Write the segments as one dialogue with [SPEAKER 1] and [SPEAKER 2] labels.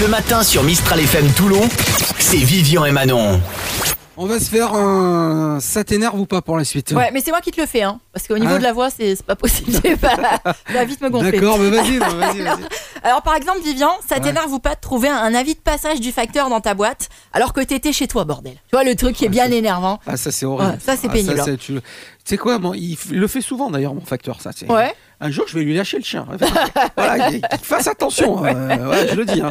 [SPEAKER 1] Le matin sur Mistral FM Toulon, c'est Vivian et Manon.
[SPEAKER 2] On va se faire un. Ça t'énerve ou pas pour la suite
[SPEAKER 3] Ouais, mais c'est moi qui te le fais, hein. Parce qu'au niveau
[SPEAKER 2] Ah.
[SPEAKER 3] de la voix, c'est c'est pas possible. Tu vas vite me gonfler.
[SPEAKER 2] D'accord, mais vas-y, bah, vas-y, vas-y.
[SPEAKER 3] Alors, par exemple, Vivian, ça
[SPEAKER 2] Ouais.
[SPEAKER 3] t'énerve ou pas de trouver un avis de passage du facteur dans ta boîte alors que t'étais chez toi, bordel Tu vois, le truc qui est bien énervant.
[SPEAKER 2] Ah, ça, c'est horrible.
[SPEAKER 3] Ouais, ça, c'est
[SPEAKER 2] Ah,
[SPEAKER 3] pénible. hein.
[SPEAKER 2] tu tu sais quoi, moi, il f- le fait souvent d'ailleurs, mon facteur, ça. c'est-
[SPEAKER 3] Ouais.
[SPEAKER 2] Un jour, je vais lui lâcher le chien. voilà, qu'il- qu'il fasse attention. euh, ouais, je le dis. hein.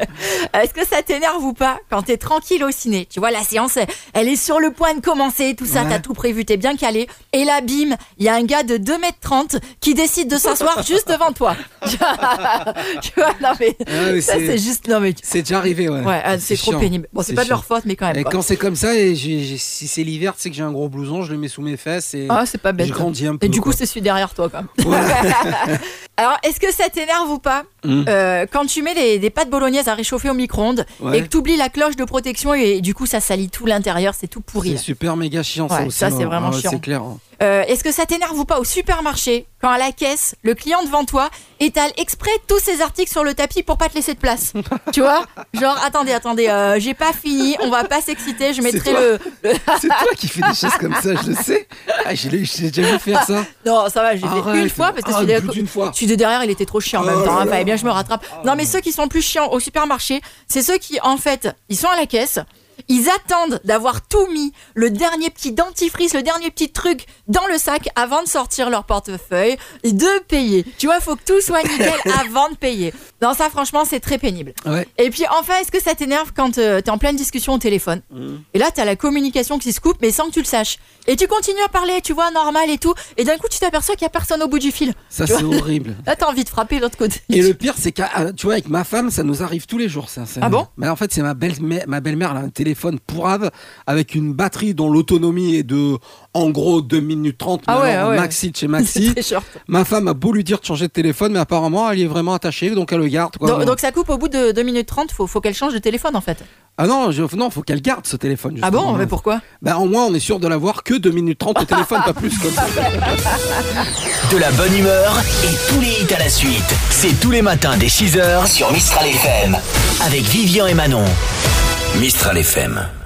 [SPEAKER 3] Est-ce que ça t'énerve ou pas quand t'es tranquille au ciné Tu vois, la séance, elle est sur le point de commencer, tout ça,
[SPEAKER 2] Ouais.
[SPEAKER 3] t'as tout prévu, t'es bien calé. Et là, bim, il y a un gars de 2m30 qui décide de s'asseoir juste devant toi. tu vois, non mais.
[SPEAKER 2] Ah, mais
[SPEAKER 3] ça,
[SPEAKER 2] c'est-
[SPEAKER 3] c'est juste. Non mais.
[SPEAKER 2] C'est déjà arrivé, ouais.
[SPEAKER 3] Ouais, ah, c'est trop
[SPEAKER 2] chiant.
[SPEAKER 3] pénible. Bon, c'est
[SPEAKER 2] C'est
[SPEAKER 3] pas de leur
[SPEAKER 2] chiant.
[SPEAKER 3] faute, mais quand même.
[SPEAKER 2] Et
[SPEAKER 3] quoi.
[SPEAKER 2] quand c'est comme ça, et j'ai- j'ai- si c'est l'hiver, tu sais que j'ai un gros blouson, je le mets sous mes fesses et
[SPEAKER 3] Ah, c'est pas bête.
[SPEAKER 2] je grandis un peu.
[SPEAKER 3] Et du coup,
[SPEAKER 2] quoi.
[SPEAKER 3] c'est celui derrière toi, quand même.
[SPEAKER 2] Voilà.
[SPEAKER 3] Alors, est-ce que ça t'énerve ou pas
[SPEAKER 2] Mm.
[SPEAKER 3] euh, Quand tu mets les- des pâtes bolognaises à réchauffer au micro-ondes
[SPEAKER 2] Ouais.
[SPEAKER 3] et que t'oublies la cloche de protection et, du coup, ça salit tout l'intérieur, c'est tout
[SPEAKER 2] C'est
[SPEAKER 3] pourri. hein.
[SPEAKER 2] super méga chiant, ça
[SPEAKER 3] Ouais,
[SPEAKER 2] aussi.
[SPEAKER 3] ça, c'est
[SPEAKER 2] non.
[SPEAKER 3] vraiment
[SPEAKER 2] Ah ouais,
[SPEAKER 3] chiant.
[SPEAKER 2] C'est clair. hein.
[SPEAKER 3] Euh, est-ce que ça t'énerve ou pas au supermarché quand à la caisse, le client devant toi étale exprès tous ses articles sur le tapis pour pas te laisser de place Tu vois Genre, attendez, attendez, euh, j'ai pas fini, on va pas s'exciter,
[SPEAKER 2] C'est
[SPEAKER 3] je mettrai
[SPEAKER 2] toi.
[SPEAKER 3] le.
[SPEAKER 2] C'est toi qui fais des choses comme ça, je le sais. Ah, je l'ai- je l'ai déjà vu faire ça.
[SPEAKER 3] Non, ça va, j'ai fait une
[SPEAKER 2] Arrête.
[SPEAKER 3] fois parce que
[SPEAKER 2] Ah,
[SPEAKER 3] celui
[SPEAKER 2] plus d'une fois.
[SPEAKER 3] Celui de derrière, il était trop chiant en
[SPEAKER 2] Oh
[SPEAKER 3] même temps.
[SPEAKER 2] là
[SPEAKER 3] hein,
[SPEAKER 2] là.
[SPEAKER 3] fallait bien que je me rattrape. non, mais ceux qui sont le plus chiants au supermarché, c'est ceux qui, en fait, ils sont à la caisse. Ils attendent d'avoir tout mis, le dernier petit dentifrice, le dernier petit truc dans le sac avant de sortir leur portefeuille et de payer. Tu vois, faut que tout soit nickel avant de payer. Non, ça, franchement, c'est très pénible.
[SPEAKER 2] Ouais.
[SPEAKER 3] Et puis enfin, est-ce que ça t'énerve quand euh, t'es en pleine discussion au téléphone Et là, t'as la communication qui se coupe, mais sans que tu le saches. Et tu continues à parler, tu vois, normal et tout. Et d'un coup, tu t'aperçois qu'il y a personne au bout du fil.
[SPEAKER 2] Ça,
[SPEAKER 3] Tu
[SPEAKER 2] c'est horrible.
[SPEAKER 3] Là, t'as envie de frapper l'autre côté.
[SPEAKER 2] Et le pire, c'est que tu vois, avec ma femme, ça nous arrive tous les jours, ça. ça-
[SPEAKER 3] Ah bon
[SPEAKER 2] Mais en fait, c'est ma belle-mère, ma belle-mère, elle a un téléphone pourrave avec une batterie dont l'autonomie est de, en gros, 2 minutes 30
[SPEAKER 3] Ah ouais,
[SPEAKER 2] maintenant,
[SPEAKER 3] ah ouais.
[SPEAKER 2] maxi de chez
[SPEAKER 3] C'est
[SPEAKER 2] maxi.
[SPEAKER 3] très short.
[SPEAKER 2] ma femme a beau lui dire de changer de téléphone, mais apparemment, elle y est vraiment attachée, donc elle le garde. Quoi.
[SPEAKER 3] Donc, donc ça coupe au bout de 2 minutes 30, faut, faut qu'elle change de téléphone en fait.
[SPEAKER 2] Ah non, je, non, faut qu'elle garde ce téléphone.
[SPEAKER 3] Ah
[SPEAKER 2] justement.
[SPEAKER 3] bon Mais pourquoi
[SPEAKER 2] Bah, au moins, on est sûr de l'avoir que 2 minutes 30 au téléphone, pas plus. Comme ça.
[SPEAKER 1] De la bonne humeur et tous les hits à la suite. C'est tous les matins dès 6h sur Mistral FM. Avec Vivian et Manon. Mistral FM.